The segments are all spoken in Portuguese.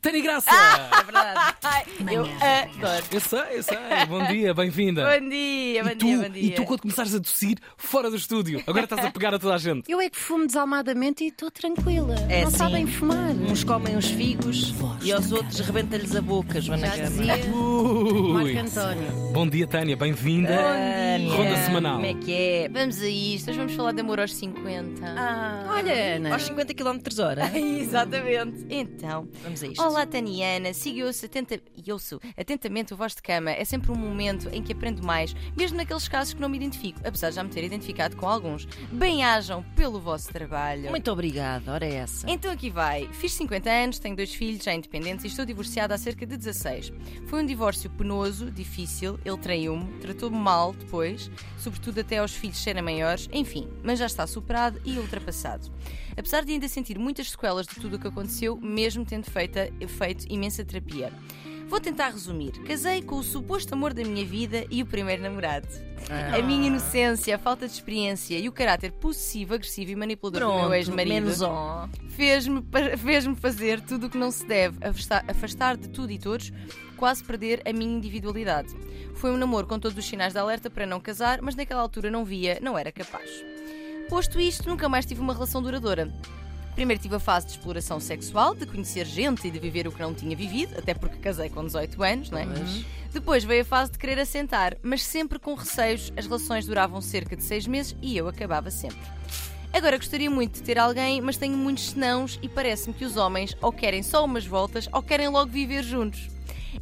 Tani Graça! É verdade. Ai, eu adoro. Eu sei, eu sei. Bom dia, bem-vinda. Bom dia, bom e tu, dia, bom E dia. tu, quando começares a tossir fora do estúdio, agora estás a pegar a toda a gente. Eu é que fumo desalmadamente e estou tranquila. É não assim. sabem fumar. Uns comem os figos e aos outros rebenta-lhes a boca, Joana Já Gama. dizia Marco Ui. António. Bom dia, Tânia, bem-vinda. Tânia, Ronda semanal. Como é que é? Vamos a isto, hoje vamos falar de amor aos 50. Ah, Olha, Ana. Aos 50 km hora. Exatamente. Então, Vamos a isto. olá Taniana, siga e ouço atenta... e ouço atentamente o voz de cama. É sempre um momento em que aprendo mais, mesmo naqueles casos que não me identifico, apesar de já me ter identificado com alguns. Bem-ajam pelo vosso trabalho. Muito obrigada, ora é essa. Então aqui vai. Fiz 50 anos, tenho dois filhos já independentes e estou divorciada há cerca de 16. Foi um divórcio penoso, difícil, ele traiu-me, tratou-me mal depois, sobretudo até aos filhos serem maiores, enfim, mas já está superado e ultrapassado. Apesar de ainda sentir muitas sequelas de tudo o que aconteceu, mesmo tendo feita, feito imensa terapia. Vou tentar resumir. Casei com o suposto amor da minha vida e o primeiro namorado. A Ah. minha inocência, a falta de experiência e o caráter possessivo, agressivo e manipulador do meu Pronto, ex-marido menos um. on. fez-me pa- fez-me fazer tudo o que não se deve, afasta- afastar, de tudo e todos, quase perder a minha individualidade. Foi um namoro com todos os sinais de alerta para não casar, mas naquela altura não via, não era capaz. Posto isto, nunca mais tive uma relação duradoura. Primeiro tive a fase de exploração sexual, de conhecer gente e de viver o que não tinha vivido, até porque casei com 18 anos, não é? Depois veio a fase de querer assentar, mas sempre com receios, as relações duravam cerca de seis meses e eu acabava sempre. Agora gostaria muito de ter alguém, mas tenho muitos senãos e parece-me que os homens ou querem só umas voltas ou querem logo viver juntos.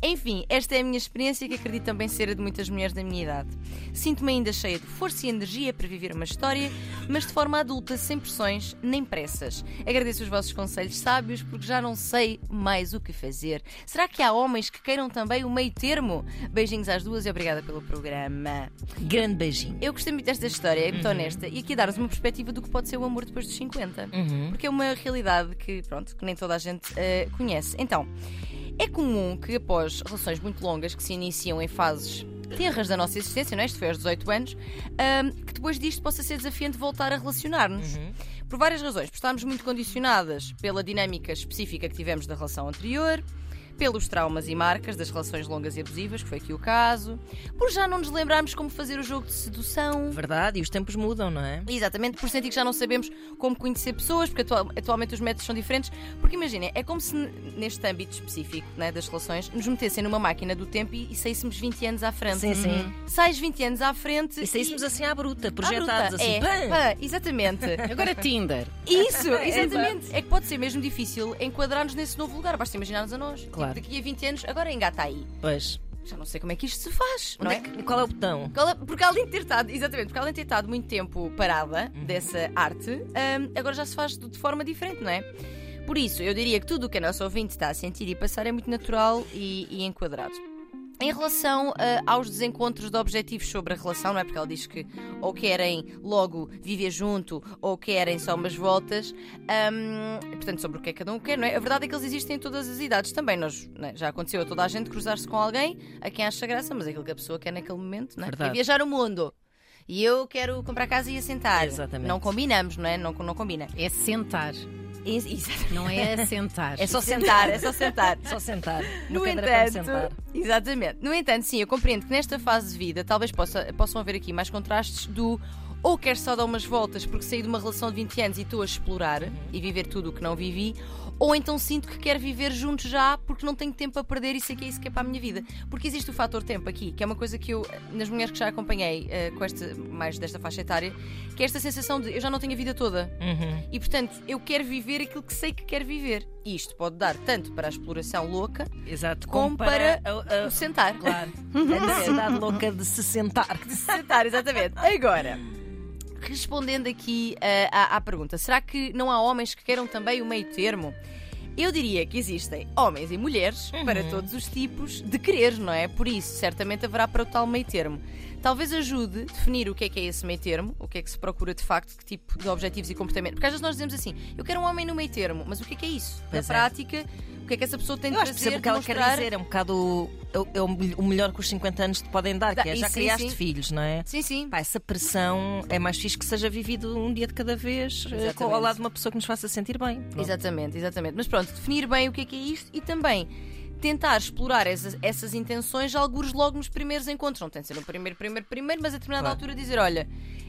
Enfim, esta é a minha experiência que acredito também ser a de muitas mulheres da minha idade. Sinto-me ainda cheia de força e energia para viver uma história, mas de forma adulta, sem pressões nem pressas. Agradeço os vossos conselhos sábios porque já não sei mais o que fazer. Será que há homens que queiram também o meio termo? Beijinhos às duas e obrigada pelo programa. Grande beijinho. Eu gostei muito desta história, é muito honesta, e aqui dar-nos uma perspectiva do que pode ser o amor depois dos 50. Porque é uma realidade que, pronto, que nem toda a gente eh, conhece. Então, é comum que após relações muito longas que se iniciam em fases tenras da nossa existência, não é? Isto foi aos 18 anos, ahm, que depois disto possa ser desafiante voltar a relacionar-nos. Por várias razões. Por estarmos muito condicionadas pela dinâmica específica que tivemos da relação anterior, pelos traumas e marcas das relações longas e abusivas, que foi aqui o caso, por já não nos lembrarmos como fazer o jogo de sedução. É Verdade, e os tempos mudam, não é? Exatamente, por sentir que já não sabemos como conhecer pessoas, porque atual- atualmente os métodos são diferentes. Porque imaginem, é como se n- neste âmbito específico né, das relações nos metessem numa máquina do tempo e, e saíssemos 20 anos à frente. Uhum. Sim, sim. Sais 20 anos à frente E saíssemos assim à bruta, Ah, bruta, projetados assim. é, pam! pá, exatamente. Agora Tinder. Isso, exatamente. É que pode ser mesmo difícil enquadrar-nos nesse novo lugar. Basta imaginar-nos a nós. Claro. Tipo, daqui a 20 anos, agora engata aí. Pois. Já não sei como é que isto se faz, não Onde é? é que- Qual é o botão? Porque ela- Porque além de ter estado, exatamente, porque além de ter estado muito tempo parada dessa arte, hum, agora já se faz de de forma diferente, não é? Por isso, eu diria que tudo o que a nossa ouvinte está a sentir e passar é muito natural e, e enquadrado. Em relação ah, aos desencontros de objetivos sobre a relação, não é? Porque ela diz que ou querem logo viver junto ou querem só umas voltas, hum, portanto, sobre o que é que cada um quer, não é? A verdade é que eles existem em todas as idades também. Nós, não é? Já aconteceu a toda a gente cruzar-se com alguém a quem acha graça, mas é aquilo que a pessoa quer naquele momento, não é? Verdade. Quer viajar o mundo. E eu quero comprar casa e assentar. Exatamente. Não combinamos, não é? Não, não combina. É sentar, Ex- Exatamente. não é assentar. É só Sentar, é só sentar. Só sentar. No Uma cadeira para me sentar. entanto, exatamente. No entanto, sim, eu compreendo que nesta fase de vida talvez possa, possam haver aqui mais contrastes do ou quero só dar umas voltas porque saí de uma relação de 20 anos e estou a explorar Uhum. e viver tudo o que não vivi, ou então sinto que quero viver juntos já porque não tenho tempo a perder e sei que é isso que é para a minha vida. Porque existe o fator tempo aqui, que é uma coisa que eu, nas mulheres que já acompanhei eh, com esta, mais desta faixa etária, que é esta sensação de eu já não tenho a vida toda. Uhum. E portanto, eu quero viver aquilo que sei que quero viver. E isto pode dar tanto para a exploração louca Exato. como para a- a- o sentar. Claro. Uhum. A necessidade louca de se sentar. sentar, exatamente. Agora, respondendo aqui ah, à, à pergunta, será que não há homens que queiram também o meio termo? Eu diria que existem homens e mulheres para todos os tipos de querer, não é? Por isso, certamente haverá para o tal meio termo. Talvez ajude definir o que é que é esse meio termo, o que é que se procura de facto, que tipo de objetivos e comportamento. Porque às vezes nós dizemos assim, eu quero um homem no meio termo, mas o que é que é isso? Pois é. Na prática, O que é que essa pessoa tem de Eu acho que fazer? percebo o que ela quer demonstrar- dizer. É um bocado o- é o, o melhor que os 50 anos te podem dar, Dá- que é e já sim, criaste sim. filhos, não é? Sim, sim. Pá, essa pressão é mais fixe que seja vivido um dia de cada vez eh, Exatamente. com- ao lado de uma pessoa que nos faça sentir bem. é? Pronto. Exatamente, exatamente. Mas pronto, definir bem o que é que é isto e também tentar explorar essas, essas intenções, alguns logo nos primeiros encontros. Não tem de ser no primeiro, primeiro, primeiro, mas a determinada Claro. altura dizer: olha,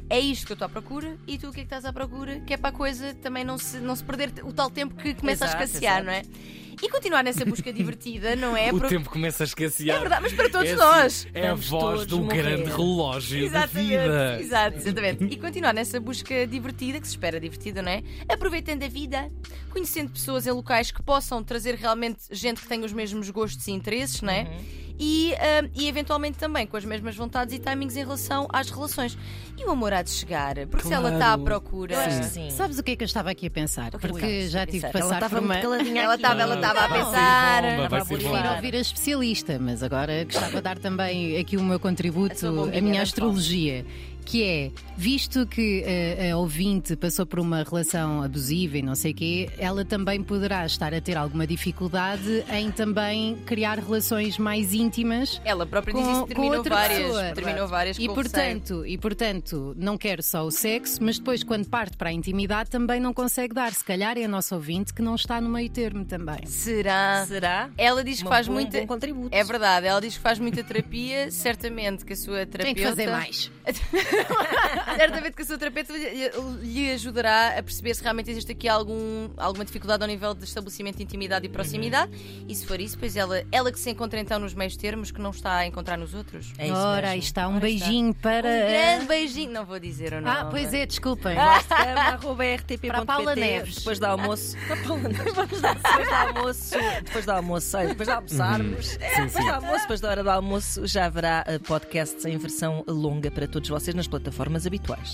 é isto que eu estou à procura e tu o que é que estás à procura? Que é para a coisa também não se, não se perder o tal tempo que começa Exato, a escassear, exato. não é? E continuar nessa busca divertida, não é? o Porque- tempo começa a esquecer. É verdade, mas para todos É assim, nós. É a Vamos voz todos do morrer. grande relógio da É. vida. Exatamente, exato, exatamente. E continuar nessa busca divertida, que se espera divertida, não é? Aproveitando a vida, conhecendo pessoas em locais que possam trazer realmente gente que tenha os mesmos gostos e interesses, não é? Uhum. E, ah, e eventualmente também com as mesmas vontades e timings em relação às relações. E o amor há de chegar, porque se ela Claro. está à procura. Eu acho que sim. Sabes o que é que eu estava aqui a pensar? O que assim. é que Porque estavas já a tive de pensar? passar ela por estava uma. muito caladinha Ela aqui. é? estava, ela estava a Vai ser pensar. bomba, vai Estava ser bomba. a borbulhar. Prefiro ouvir a especialista, mas agora gostava de dar também aqui o meu A contributo, sua bombinha, a minha não astrologia, que é, visto que eh, a ouvinte passou por uma relação abusiva e não sei o quê, ela também poderá estar a ter alguma dificuldade em também criar relações mais íntimas Ela própria diz com, isso, com terminou outra várias. pessoa. Terminou várias e com receio. portanto, e portanto, não quero só o sexo, mas depois quando parte para a intimidade também não consegue dar. Se calhar é a nossa ouvinte que não está no meio termo também. Será? Será? Ela diz que Uma- faz um muita. bom contributo. É verdade, ela diz que faz muita terapia, certamente que a sua terapeuta. Tem que fazer mais. Certamente que a sua terapeuta lhe, lhe ajudará a perceber se realmente existe aqui algum, alguma dificuldade ao nível de estabelecimento de intimidade e proximidade. Uhum. E se for isso, pois ela, ela que se encontra então nos meios termos que não está a encontrar nos outros. É isso Ora, mesmo. aí está, um Ora está. beijinho para. Um grande beijinho. Não vou dizer o nome. Ah, pois é, desculpem. Vascama.rtp.pt Para a Paula Neves. Depois do almoço. Para a Paula Neves. Vamos dar- Depois do almoço. Depois do almoço, sai, depois de almoçarmos. É, depois do almoço, depois da hora do almoço, já haverá eh, podcasts em versão longa para todos vocês nas plataformas habituais.